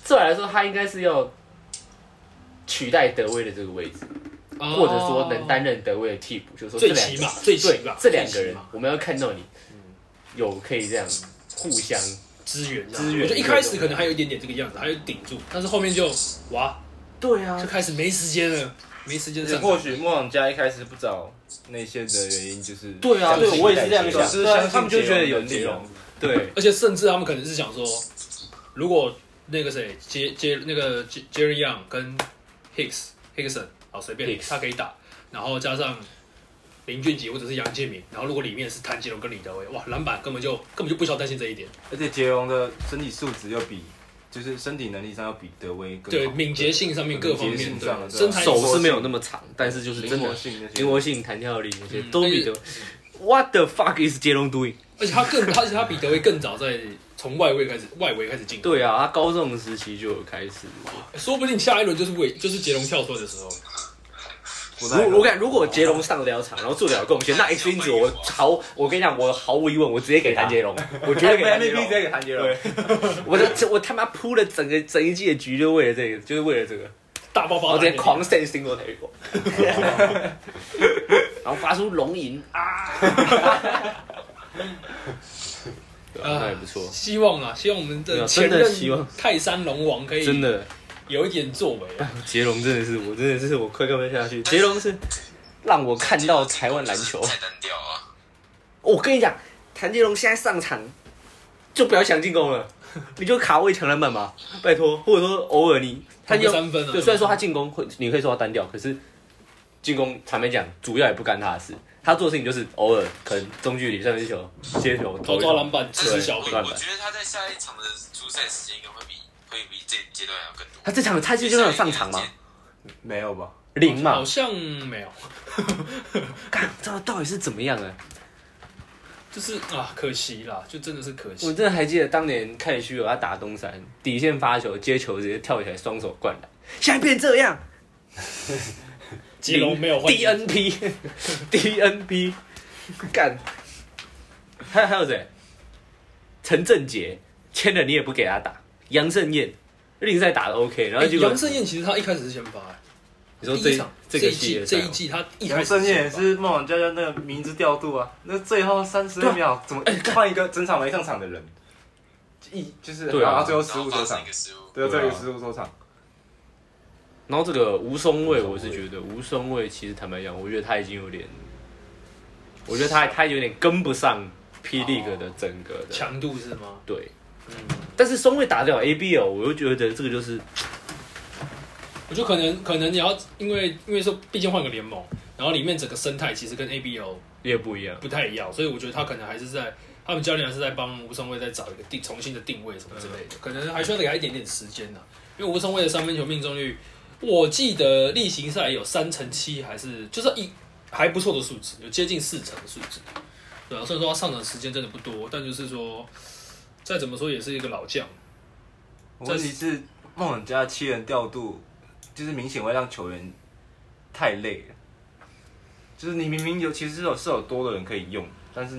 S2: 照理来说，他应该是要取代德威的这个位置，或者说能担任德威的替补，就是说这
S1: 呃哦最
S2: 两
S1: 起码最
S2: 对
S1: 起码，
S2: 这两个
S1: 最起
S2: 人
S1: 码，
S2: 我们要看到你有可以这样互相，
S1: 支援这样
S2: 支援
S1: 我觉得一开始可能还有一点点这个样子，还有顶住，但是后面就哇，
S2: 对
S1: 就
S2: 啊，
S1: 开始没时间了，没时间上场。
S6: 或许梦想家一开始不找内线的原因就是
S2: 对啊，
S6: 相信
S2: 对我也是这样
S6: 总
S2: 想，
S6: 是
S2: 对啊
S6: 相信
S2: 他们就
S6: 杰
S2: 觉得
S6: 龙
S2: 有
S6: 的
S2: 内
S6: 内
S2: 容
S6: 容，
S2: 对，
S1: 而且甚至他们可能是想说，如果那个谁杰杰那个杰 Jerry Young 跟 Hicks Hickson 好随便
S2: Hicks
S1: 他可以打，然后加上林俊杰或者是杨建明，然后如果里面是谭杰龙跟李德威，哇，篮板根本就根本就不需要担心这一点，
S6: 而且杰龙的身体素质又比，就是身体能力上要比德威更
S1: 对
S6: 好
S1: 敏捷性上面各方面，
S6: 敏捷性上
S1: 对
S6: 的
S1: 身材
S6: 对啊
S2: 手是没有那么长，但是就是
S6: 灵
S2: 真
S6: 活
S2: 的
S6: 性那
S2: 灵
S6: 些。
S2: 活性、弹跳力那些
S1: 嗯
S2: 都比
S1: 但
S2: 得。What the fuck is 杰龙 doing？
S1: 而且他更，而且他比德威更早在从外围开始，外围开始进攻，
S2: 对啊，他高中的时期就有开始。
S1: 说不定下一轮就是尾，就是杰龙跳出来的时候。
S6: 不太可能
S2: 如我看，如果杰龙上得了场，然后做得了贡献，那 X 因子我毫，我跟你讲，我毫无疑问，我直接给谭杰龙，我绝对给谭杰
S6: MVP
S2: 龙
S6: 直。接给谭杰龙，
S2: 我的 我他妈铺了整个整一季的局，就为了这个，就是为了这个。
S1: 大爆
S2: 然
S6: 哦
S1: 发
S2: 后
S1: 打
S2: 直
S1: 脸，
S2: 接狂 send 新国台语，然后发出龙吟啊，
S1: 啊
S2: 那也不错，
S1: 希望啊，希望我们
S2: 没
S1: 的
S2: 有
S1: 前
S2: 真的
S1: 任
S2: 希望
S1: 泰山龙王可以
S2: 真的，
S1: 有一点作为 啊。
S2: 杰龙真的是，我真的是我快看不下去，杰龙是让我看到台湾篮球，
S3: 太单调啊！
S2: 我跟你讲，谭杰龙现在上场就不要想进 攻了，你就卡位抢篮板吧，拜托，或者说偶尔你谭杰
S1: 有
S2: 龙
S1: 三分啊，
S2: 对，虽然说他进攻会，你可以说他单调，可是进攻坦白讲，主要也不干他的事。他做的事情就是偶尔可能中距离三分球接球投
S1: 偷
S2: 一
S1: 抓
S2: 投
S1: 篮板，吃
S2: 对
S1: 啊小
S3: 我
S1: 饼
S2: 啊对，
S3: 我觉得他在下一场的出赛时间应该会比会比这阶段还要更多。
S2: 他这场他就就有上场吗？
S6: 没有吧？
S2: 零
S1: 啊好
S2: 嘛？
S1: 像没有。
S2: 干，这到底是怎么样啊？
S1: 就是啊，可惜啦，就真的是可
S10: 我
S1: 惜。
S10: 真的还记得当年凯里区有他打东山底线发球，接球直接跳起来双手灌篮，现在变这样
S1: 吉隆没有换进
S10: ，DNP DNP 干，还有还有谁？陈振杰签了你也不给他打，杨盛燕例赛打的 OK，然后
S1: 哎
S10: 结果、
S1: 杨盛燕其实他一开始是先发、哎
S10: 你说
S1: 第一
S10: 这
S1: 场
S10: 这
S1: 这
S10: 个
S1: 一
S10: 系
S1: 季
S10: 列
S1: 这
S10: 赛哦
S1: 一
S2: 哦
S10: 吗
S1: 季他一开始
S6: 杨胜
S1: 先
S6: 燕也
S1: 发
S6: 是梦想家家那个名字调度啊，那最后三十
S1: 啊
S6: 二秒怎么
S1: 哎
S6: 换一个整场没上场的人？一就是
S10: 对啊
S6: 然后最后失
S3: 然后
S6: 误
S3: 发
S6: 收
S3: 生
S6: 场
S3: 一，个失误，
S6: 对啊，
S2: 对啊
S6: 这个失误收场。
S10: 然后这个吴松卫，我是觉得吴松卫其实坦白讲，我觉得他已经有点，我觉得他他有点跟不上
S1: 哦
S10: 霹雳哥的整个的
S9: 强度是吗？
S10: 对，
S1: 嗯
S10: 但是松卫打掉 ABL，我又觉得这个就是
S1: 我觉得可能可能也要因为因为说，毕竟换个联盟，然后里面整个生态其实跟 ABO
S10: 也不一样。
S1: 不太一样，所以我觉得他可能还是在他们教练还是在帮吴胜卫在找一个定重新的定位什么之类的，可能还需要给他一点点时间呢、啊因为吴胜卫的三分球命中率，我记得例行赛有三成七，还是就是一还不错的数值，有接近四成的数值。对啊，虽然说他上场时间真的不多，但就是说，再怎么说也是一个老将。
S6: 我问题是梦想家七人调度，就是明显会让球员太累了。就是你明明有其实是有是有多的人可以用，但是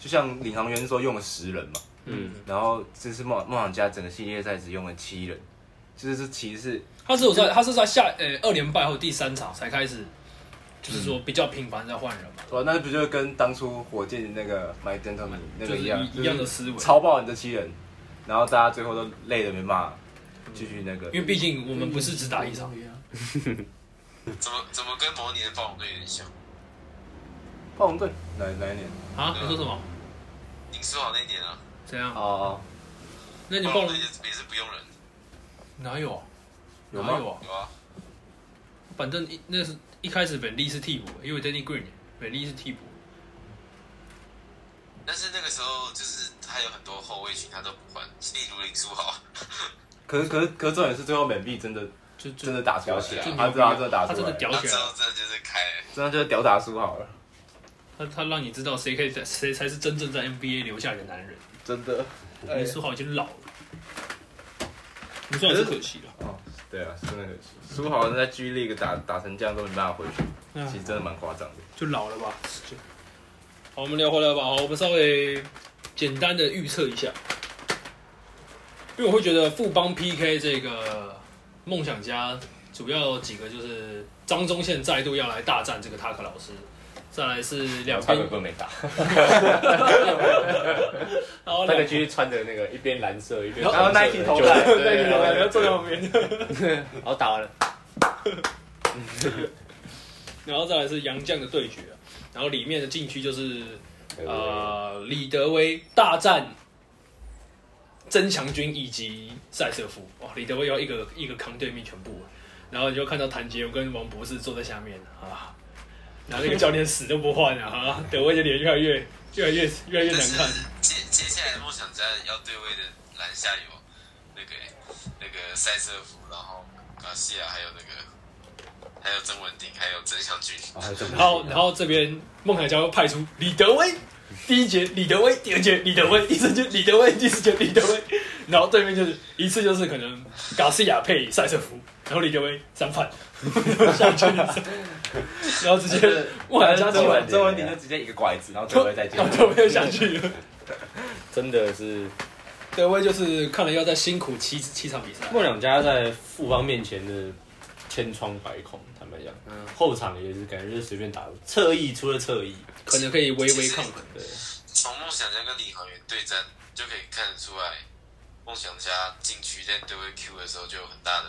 S6: 就像领航员那时候用了十人嘛，
S10: 嗯，
S6: 然后这次梦梦想家整个系列赛只用了七人，就是这其实是
S1: 他是有在，他是在下呃二连败后第三场才开始，就是说比较频繁在换人嘛，
S6: 哇，哦那不就跟当初火箭那个 My Gentleman 那
S1: 就
S6: 个
S1: 是
S6: 一样，
S1: 一一样的思维。
S6: 超爆你这七人，然后大家最后都累的没办法继续那个
S1: 因为毕竟我们不是只打一场，
S3: 怎么怎么跟某年的暴龙队有点像？
S6: 暴龙队哪哪一年？
S1: 啊，你说什么？
S3: 林书豪那一年啊，
S1: 怎样？
S6: 哦，
S1: 那你
S3: 暴
S1: 暴
S3: 龙
S1: 龙
S3: 队也是不用人，
S1: 哪有啊？
S6: 有
S1: 哪
S6: 吗
S1: 有啊？
S3: 有啊，
S1: 反正一那是一开始本利是替补，因为 Danny Green 本利是替补，
S3: 但是那个时候就是他有很多后卫群他都不换，例如林书豪，
S6: 可是可是可是重点是最后美币真的
S1: 就就
S6: 真的打出来
S5: 屌起来
S6: 了
S1: 就，
S6: 他
S1: 牛逼
S6: 真的
S1: 啊
S6: 他
S1: 他
S6: 真的打出来
S1: 真的
S6: 了，
S1: 屌
S3: 那
S1: 起
S3: 之
S1: 来
S3: 后
S1: 了，
S3: 真的就是开了，
S6: 真的就是屌打输好了，
S1: 他他让你知道谁可以在谁才是真正在 NBA 留下你的男人。
S6: 真的。哎
S1: 林书豪已经老了，你说也是可惜了。
S6: 对啊，真的很输好人在 G League 打打成这样都没办法回去，
S1: 嗯
S6: 其实真的蛮夸张的。
S1: 就老了吧。就好，我们聊回来吧。好，我们稍微简单的预测一下，因为我会觉得富邦 PK 这个梦想家主要几个就是张忠宪再度要来大战这个塔克老师，再来是两
S10: 差
S1: 边
S10: 点，都没打。
S1: 然后
S10: 那
S1: 两
S10: 个继续穿着那个一边蓝色一边
S6: 哦然后
S10: 黄色
S6: Nike
S10: 的
S6: 头
S10: 球
S6: 带
S10: 对
S6: 对
S10: ，Nike 头带，
S6: 对
S10: 然后坐在旁边，然后打完了。
S1: 然后再来是杨绛的对决，啊然后里面的禁区就是呃李德威大战增强军以及塞瑟夫，哇，李德威要一个一个扛对面全部，然后你就看到谭杰勇跟王博士坐在下面啊，然后那个教练死都不换啊，啊德威的脸越来越越来越越来越
S3: 但
S1: 难
S3: 是
S1: 看，
S3: 接接下来的梦想家要对位的篮下有那个那个塞瑟夫，然后卡西亚，还有那个还有曾文鼎，还有曾祥军，
S5: 哦还有这么
S1: 然后然后这边孟海娇派出李德威。第一节李德威，第二节李德威，第三节李德威，第四节李德威，然后对面就是一次就是可能嘎西亚配塞瑟夫，然后李德威三判，下圈一次，然后直接孟海娇
S6: 周
S1: 进来，
S6: 文周文鼎就啊直接一个拐子，然后德威再接
S1: 然。后德威又下去了。
S10: 真的是
S1: 德威就是看了要再辛苦七七场比赛，
S2: 梦想家在富邦面前的千疮百孔，坦白讲，后场也是感觉就是随便打，侧翼除了侧翼，
S1: 可能可以微微抗衡。
S2: 对，
S3: 从梦想家跟领航员对战就可以看得出来，梦想家禁区在对位 Q 的时候就有很大的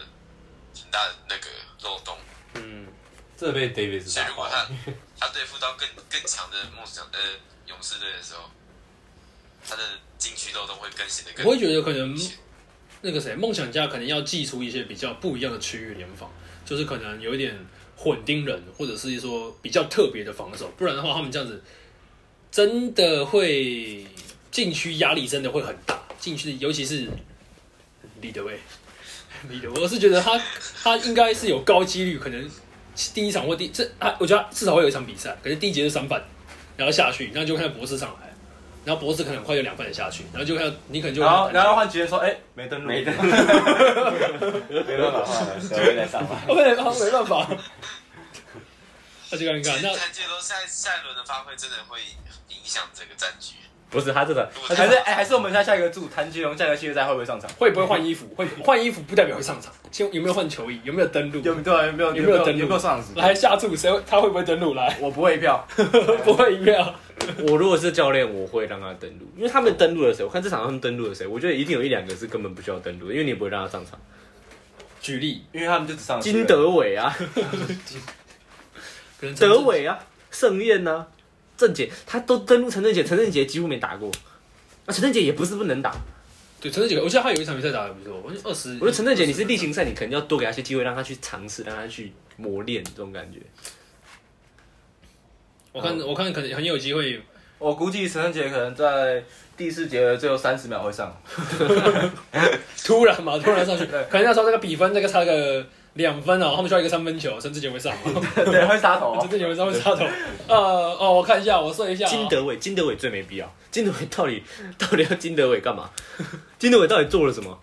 S3: 很大的那个漏洞，
S2: 嗯，这被 Davis
S3: 所以
S2: 打
S3: 如
S2: 爆
S3: 果，他 他对付到更更强的梦想呃勇士队的时候，他的禁区漏洞会更显得更
S1: 我会觉得可能
S3: 明显
S1: 那个谁，梦想家可能要祭出一些比较不一样的区域联防，就是可能有一点混盯人，或者是说比较特别的防守，不然的话，他们这样子真的会禁区压力真的会很大，禁区尤其是李德威，李德威，我是觉得他他应该是有高几率可能第一啊场或第这他我觉得他至少会有一场比赛，可是第一节是三犯，然后下去，然后就看博士上来，然后脖子可能很快就两分下去，然后就看到你可能就
S6: 然后然后换局员说，哎、没登录，
S12: 没的，
S6: 录，
S12: 没办法换了，小薇来上班。
S1: 后面他没办法，那就尴
S3: 其
S1: 尬。
S3: 实
S1: 那
S3: 谭杰龙下一下一轮的发挥真的会影响整个战局。
S2: 不是他真的，
S3: 如果他
S6: 还是哎、还是我们下下一个注谭杰龙下一个系列赛会不会上场？
S1: 会不会换衣服？会换衣服不代表会上场，先有没有换球衣？有没有登录？
S6: 有对啊有没有
S1: 有
S6: 有
S1: 没
S6: 没
S1: 有
S6: 有
S1: 登录
S6: 有没有上场时间？
S1: 来下注谁会他会不会登录？ 来，
S6: 我不会一票，
S1: 不会一票。
S2: 啊我如果是教练，我会让他登录，因为他们登录了谁？我看这场他们登录了谁，我觉得一定有一两个是根本不需要登录的，因为你也不会让他上场。
S1: 举例，
S6: 因为他们就只上了
S2: 金德伟啊，
S1: 可能陈
S2: 德伟啊，盛宴啊，郑杰，他都登录陈振杰，陈振杰几乎没打过。那陈振杰也不是不能打，
S1: 对陈正杰，我记得他有一场比赛打的不错，我就二十。
S2: 我觉得陈振杰你是例行赛，你可能要多给他一些机会，让他去尝试，让他去磨练这种感觉。
S1: 我看我看可能很有机会，
S6: 我估计陈晨杰可能在第四节的最后三十秒会上，
S1: 突然嘛，突然 上去，
S6: 对
S1: 可能那时候这个比分这个差个两分哦，他们需要一个三分球，陈志杰会 上，
S6: 对，会杀头、
S1: 陈
S6: 哦。
S1: 志杰会上会杀头。呃哦，我看一下，我算一下、
S2: 金，德伟，金德伟最没必要。金德伟到底 到底要金德伟干嘛？ 金德伟到底做了什么？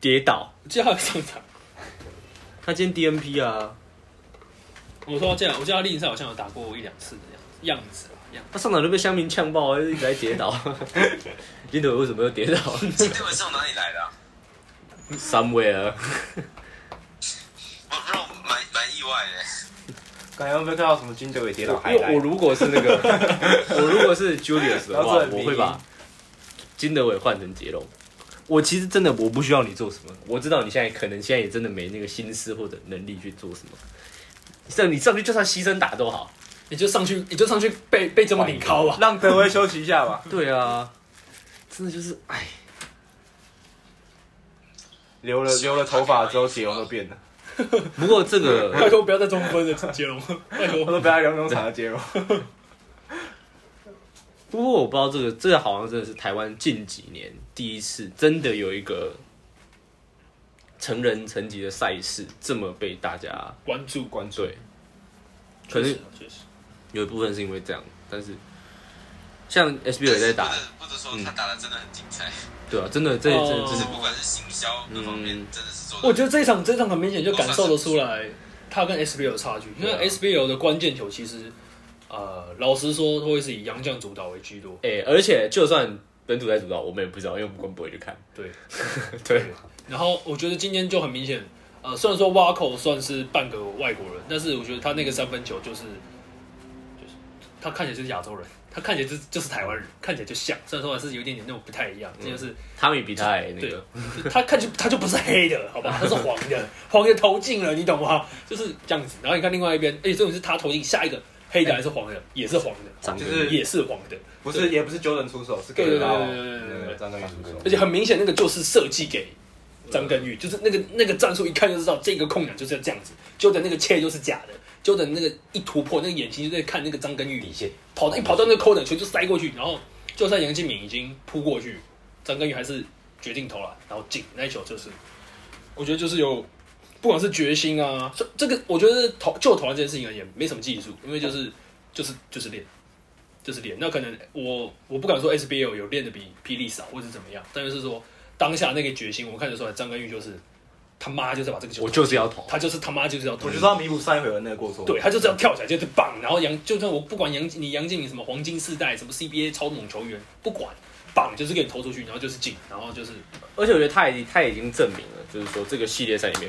S2: 跌倒，
S1: 我记得他有上场，
S2: 他今天 DNP 啊，
S1: 我说这样，我记得他例行赛好像有打过一两次的样子，样子啦样
S2: 他上场就被乡民呛爆，一直在跌倒。 金德伟为什么又 跌倒
S3: 金德伟是从哪里来的、啊？
S2: ？Somewhere，
S3: 我让我蛮蛮意外的。
S6: 感觉有没有看到什么金德伟跌 倒还
S2: 因为我如果是那 个，我如果是 Julius 的话
S6: 然后这，很
S2: 我
S6: 迷
S2: 会把金德伟换成杰龙。我其实真的我不需要你做什么，我知道你现在可能现在也真的没那个心思或者能力去做什么。上你上去就算牺牲打都好。，
S1: 你就上去，你就上去被被这么顶高吧。
S6: 让德威休息一下吧
S2: 对啊，真的就是哎，
S6: 留 了留了头发之后杰龙都变了，
S2: 不过这
S1: 拜
S2: 个
S1: 托不要再中分了，杰龙，拜
S6: 我
S1: 托。
S6: 都不要用农场的杰 龙。
S2: 不过我不知道这个这个好像真的是台湾近几年第一次真的有一个成人层级的赛事这么被大家
S1: 关注，
S2: 关注，
S1: 确
S2: 可能
S1: 实，确实，
S2: 有一部分是因为这样，但是像 SBL 也在打
S3: 但，是不得不得说他
S6: 嗯
S3: 打的真的很精彩，
S2: 对啊，真的这
S1: 哦
S2: 这这
S3: 就是
S2: 是
S3: 不管是行销各方
S6: 嗯
S3: 面，真的是做的。
S1: 我觉得这一场这一场很明显就感受得出来，他跟 SBL 的差距，因
S2: 对啊
S1: 为 SBL 的关键球其实，呃，老实说，都会是以洋将主导为居多。
S2: 哎、而且就算本土在主导，我们也不知道，因为我们根本不会去看。
S1: 对
S2: 对，
S1: 然后我觉得今天就很明显，呃，虽然说挖口算是半个外国人，但是我觉得他那个三分球就是，就是他看起来就是亚洲人，他看起来就是就是台湾人，看起来就像，虽然说还是有一点点那种不太一样，这就是
S2: 他们也比他还嗯那
S1: 对
S2: 个，
S1: 他看就他就不是黑的，好吧，他是黄的， 黄的投进了，你懂吗？就是这样子。然后你看另外一边，哎、这种是他投进，下一个黑的还是黄的，也是黄的，
S2: 长得
S6: 就是
S1: 也是黄的，
S6: 不是，也不是 Jordan 出手，是
S1: 对对对
S6: 高
S1: 对对对对对
S6: 张根宇出手
S1: 而。且很明显那个就是设计给张根玉，就是那个那个战术一看就知道这个空档就是要这样子，就等那个切就是假的。就等那个一突破，那个眼睛就在看那个张根玉底线，跑到一跑到那个空档球就塞过去，然后就算杨敬敏已经扑过去，张根宇还是决定投篮，然后进那一球就是，我觉得就是有不管是决心啊，这这个我觉得投就投篮这件事情而言没什么技术，因为就是就是就是练，就是练。那可能我我不敢说 SBL 有练的比霹雳少或者怎么样，但是说当下那个决心，我看得出来张根玉就是他妈就是要把这个球，
S2: 我就是要投。
S1: 他就是他妈就是要投
S6: 我就，是要弥补上一回合那个过错。
S1: 对他就是要跳起来就是棒，然后杨就算我不管杨你杨敬敏什么黄金世代什么 CBA 超猛球员不管。棒就是给你投出去，然后就是进，然后就是
S2: 而且我觉得他已他已经证明了，就是说这个系列赛里面，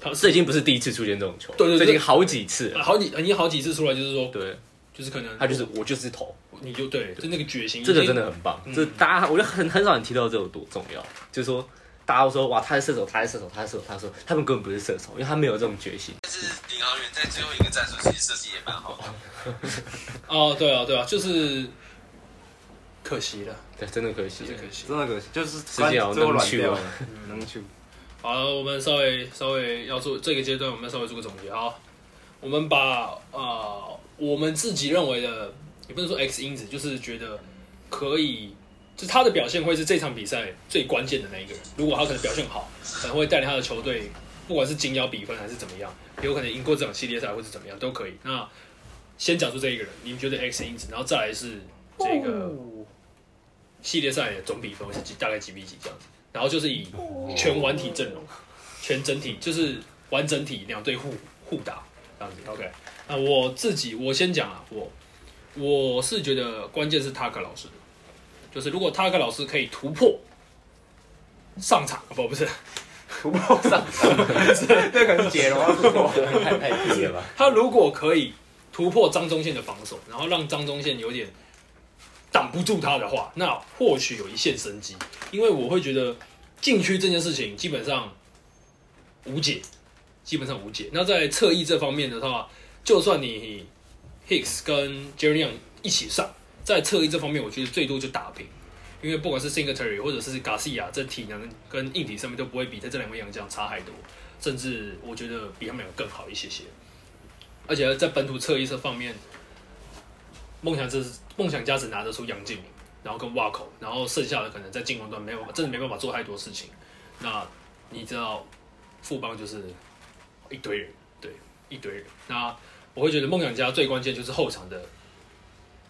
S1: 他
S2: 这已经不是第一次出现这种球，
S1: 对对对嗯
S2: 这已经好几次了。
S1: 啊好几已经好几次出来，就是说，
S2: 对，
S1: 就是可能
S2: 啊他就是我就是投，
S1: 你就对，就那个决心，
S2: 这个
S1: 已经
S2: 真的很棒。
S1: 嗯
S2: 这大家我觉得很很少人提到这有多重要，就是说大家都说哇他是射手，他是射手，他是射手，他是射手，他们根本不是射手，因为他没有这种决心。
S3: 但是领航员在最后一个战术其实设计也蛮好的，
S1: 哦，对啊，对啊，就是可惜了，
S2: 对，真的可惜
S1: 就。是可惜。
S6: 真的可惜，就是
S2: 世界好
S6: 最后
S2: 能
S6: 软
S2: 去
S6: 掉
S2: 啊
S6: 了，！能去。
S1: 好了，我们稍微稍微要做这个阶段，我们要稍微做个总结。好，我们把呃我们自己认为的，也不能说 X 因子，就是觉得可以，就是他的表现会是这场比赛最关键的那一个人。如果他可能表现好，可能会带领他的球队，不管是紧咬比分还是怎么样，有可能赢过这场系列赛或是怎么样都可以。那先讲出这一个人，你们觉得 X 因子，然后再来是这个系列赛的总比分是几大概几比几这样子，然后就是以全完体阵容，全整体就是完整体两队互互打这样子。OK，那我自己我先讲啊，我我是觉得关键是塔克老师，就是如果塔克老师可以突破上场，啊不不是
S6: 突破上场，这可能是解龙啊，突破
S5: 太太低 了吧？
S1: 他如果可以突破张忠宪的防守，然后让张忠宪有点挡不住他的话，那或许有一线生机。因为我会觉得禁区这件事情基本上无解，基本上无解。那在侧翼这方面的话，就算你 Hicks 跟 Jerry Young 一起上，在侧翼这方面，我觉得最多就打平。因为不管是 Singletary 或者是 Garcia，这体能跟硬体上面都不会比在这两位洋将差太多，甚至我觉得比他们两个更好一些些。而且在本土侧翼这方面，梦想这梦想家只拿得出杨敬敏，然后跟挖口，然后剩下的可能在进攻端没有办法，真的没办法做太多事情。那你知道，富邦就是一堆人，对，一堆人。那我会觉得梦想家最关键就是哦后场的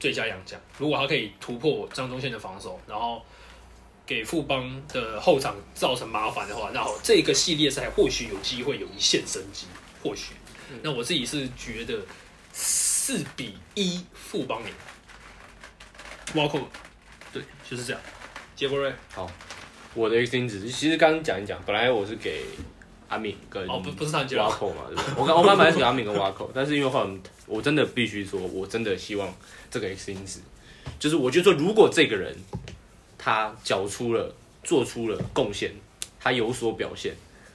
S1: 最佳洋将，如果他可以突破张忠宪的防守，然后给富邦的后场造成麻烦的话，那好，这个系列赛或许有机会有一线生机，或许。那我自己是觉得四比一富邦赢，挖空，对，就是这样。杰波瑞，
S2: 我的 X 因子其实刚刚讲一讲，本来我是给阿敏跟
S1: 哦不不是他杰
S2: 挖口嘛，对不对？我刚我刚本来是给阿敏跟挖口，但是因为后来我真的必须说，我真的希望这个 X 因子，就是我觉得说，如果这个人他缴出了、做出了贡献，他有所表现，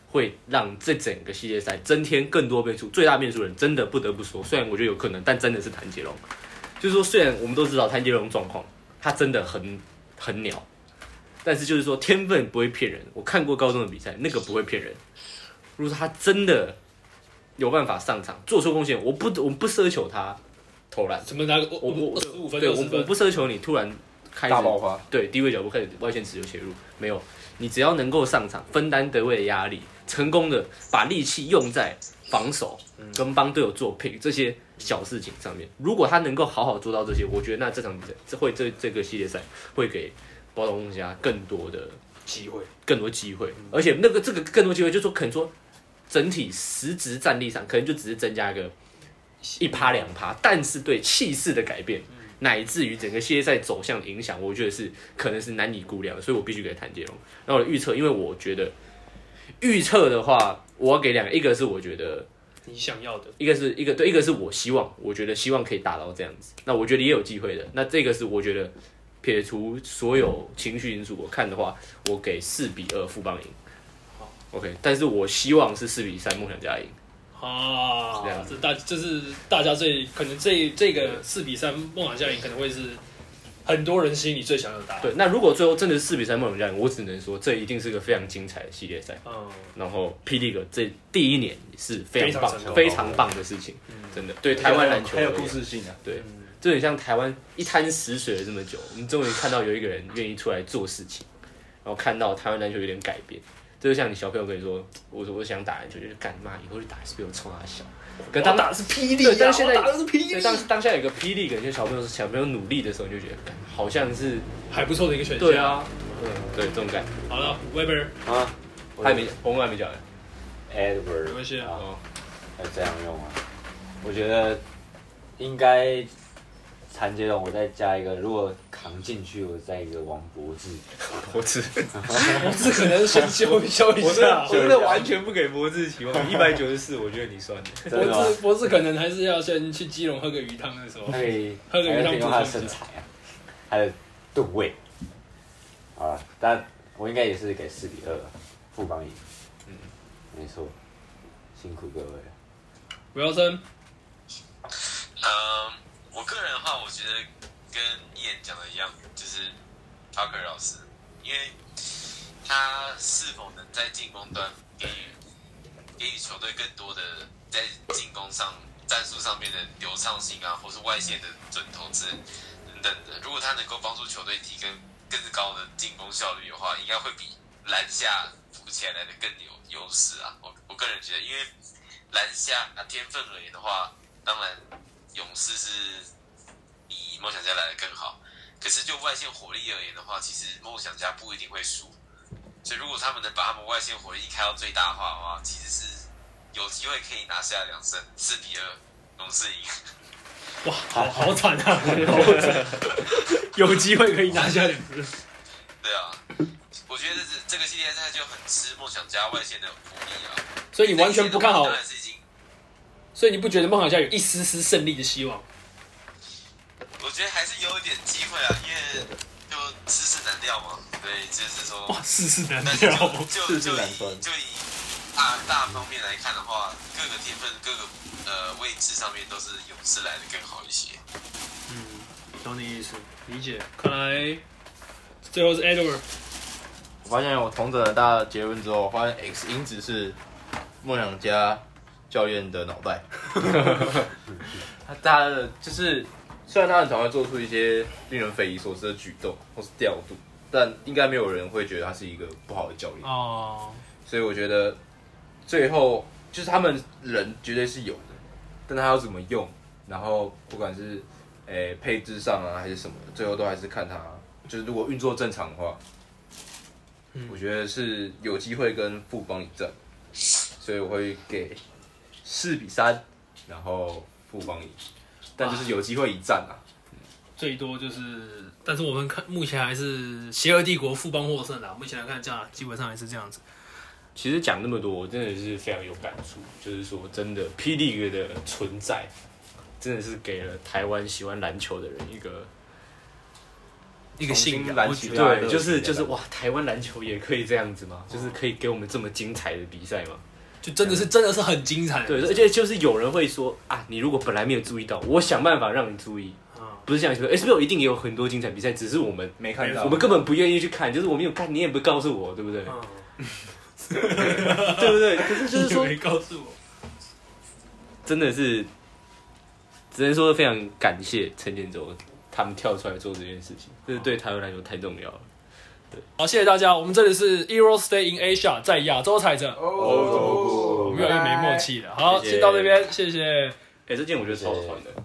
S2: 会让这整个系列赛增添更多变数。最大变数人真的不得不说，虽然我觉得有可能，但真的是谭杰龙。就是说，虽然我们都知道谭杰龙状况，他真的很很鸟，但是就是说天分不会骗人。我看过高中的比赛，那个不会骗人。如果他真的有办法上场做出贡献，我不我不奢求他投篮，
S1: 什么拿个我
S2: 我
S1: 我
S2: 我
S1: 二十五分
S2: 对
S1: 二
S2: 我
S1: 十
S2: 我
S1: 分，
S2: 不奢求你突然开始
S6: 大爆发。
S2: 对低位脚步开始外线持球切入，没有，你只要能够上场分担得位的压力，成功的把力气用在防守跟帮队友做 pick 这些小事情上面。如果他能够好好做到这些，我觉得那这场比赛这会这这个系列赛会给包容家更多的
S1: 机会。
S2: 更多机会，而且那个这个更多机会，就是说可能说整体实质战力上，可能就只是增加个一趴两趴，但是对气势的改变，乃至于整个系列赛走向的影响，我觉得是可能是难以估量的，所以我必须给谭杰龙。那我的预测，因为我觉得预测的话，我要给两个，一个是我觉得
S1: 你想要的，
S2: 一个是一个对，一个是我希望，我觉得希望可以打到这样子。那我觉得也有机会的。那这个是我觉得撇除所有情绪因素，我看的话，我给四比二富邦赢。OK，但是我希望是四比三梦想家赢。
S1: 啊
S2: 这样，
S1: 这大就是大家最可能这这个四比三梦想家赢可能会是很多人心里最想要的答案。
S2: 对，那如果最后真的是四比三梦想家赢，我只能说这一定是个非常精彩的系列赛。
S1: 嗯，
S2: 然后霹雳哥这第一年是非常
S1: 非常成
S2: 棒、
S1: 功嗯
S2: 非常棒的事情，真的对台湾篮球
S6: 很有
S2: 而言
S6: 故事性啊，
S2: 对，就很像台湾一滩死水了这么久，我们终于看到有一个人愿意出来做事情，然后看到台湾篮球有点改变。这就像你小朋友跟你说，我我想打篮球，就是干嘛以后就打 SBL 冲他小。可当
S1: 打的是霹雳、
S2: 对
S1: 啊，
S2: 但是现在
S1: 我打的是霹
S2: 对
S1: 雳，
S2: 当当下有个霹雳，感觉小朋友小朋友努力的时候，你就觉得干好像是
S1: 还不错的一个选项。
S2: 对，啊，对对这种感觉。
S1: 好了，Weber，
S5: 啊，
S2: 还没红还没讲完，
S5: Edward，
S1: 没关系啊
S5: 啊
S2: 哦，
S5: 要这样用啊？我觉得应该残杰龙，我再加一个，如果扛进去，我再一个王柏 志。
S2: 我只
S1: 我只可能先修修一
S2: 我真
S1: 下
S2: 的。我真的完全不给博智期望，一百九十四，我觉得你算的。
S5: 真的吗
S1: 博？士，博士可能还是要先去基隆喝个鱼汤的时候
S5: 他。可以，
S1: 喝
S5: 还
S1: 个鱼汤
S5: 可以用他的
S1: 补充
S5: 身
S1: 一下
S5: 材啊，他的吨位。好了，但我应该也是给四比二，富邦赢。嗯，没错，辛苦各位了。
S1: 韦耀森，
S3: 嗯，我个人的话，我觉得跟伊人讲的一样，就是帕克老师，因为他是否能在进攻端给予给予球队更多的在进攻上、战术上面的流畅性啊，或是外线的准投资等等的。如果他能够帮助球队提升更高的进攻效率的话，应该会比篮下补起来的更有优势啊。我我个人觉得，因为篮下那天分而言的话，当然勇士是比梦想家来的更好，可是就外线火力而言的话，其实梦想家不一定会输。所以如果他们能把他们外线火力开到最大化的话，其实是有机会可以拿下两胜，四比二，勇士赢。
S1: 哇，好好惨 啊！好惨，有机会可以拿下两个。
S3: 对啊，我觉得这这个系列赛就很吃梦想家外线的火力啊。
S1: 所以你完全不看好
S3: 当，然是已经，
S1: 所以你不觉得梦想家有一丝丝胜利的希望？
S3: 我觉得还是有一点机会啊，因为就世事难料嘛。对，就是说，
S1: 哇，世事难
S3: 但是
S1: 料。
S3: 就就
S6: 世事
S3: 就
S6: 难
S3: 以
S6: 分
S3: 就以大大方面来看的话，各个天分、各个呃位置上面都是勇士来的更好一些。
S1: 嗯，懂你意思，理解。看来最后是 Edward，
S6: 我发现我同整了大家的结论之后，我发现 X 因子是梦想家教练的脑袋。他大家的就是，虽然他很常会做出一些令人匪夷所思的举动或是调度，但应该没有人会觉得他是一个不好的教练。
S1: 哦，
S6: 所以我觉得最后就是他们人绝对是有的，但他要怎么用，然后不管是诶、配置上啊还是什么的，最后都还是看他，就是如果运作正常的话，
S1: 嗯
S6: 我觉得是有机会跟富邦一战，所以我会给四比三，然后富邦赢，但就是有机会一战啊，
S1: 最多就是，但是我们看目前还是邪恶帝国富邦获胜啦。目前来看，这样基本上还是这样子。
S2: 其实讲那么多，我真的是非常有感触，就是说真的，霹雳哥的存在，真的是给了台湾喜欢篮球的人一个
S1: 一个信
S6: 重新
S1: 仰，
S6: 燃
S1: 我
S6: 起
S1: 觉
S6: 大家
S1: 得
S6: 的
S2: 对，啊就是
S6: 期待
S2: 就是哇，台湾篮球也可以这样子吗？就是可以给我们这么精彩的比赛吗？
S1: 就真的是真的是很精彩。
S2: 对，而且就是有人会说啊，你如果本来没有注意到，我想办法让你注意，
S1: 嗯，
S2: 不是像你说 SBO 一定也有很多精彩比赛，只是我们
S6: 没看到
S2: 我们根本不愿意去看，就是我没有看，你也不告诉我，对不对？
S1: 嗯，
S2: 对不对？可是就是
S1: 你
S2: 说，
S1: 没告诉我，
S2: 真的是，只能说非常感谢陈建州他们跳出来做这件事情，这是对台湾篮球太重要了。
S1: 好，谢谢大家。我们这里是 Euro Stay in Asia，在亚洲踩着，
S7: 哦
S1: 我们越来越没默契了。好，
S2: 谢谢
S1: Oh，先到这边，谢谢。
S2: 哎、这件我觉得超好穿的。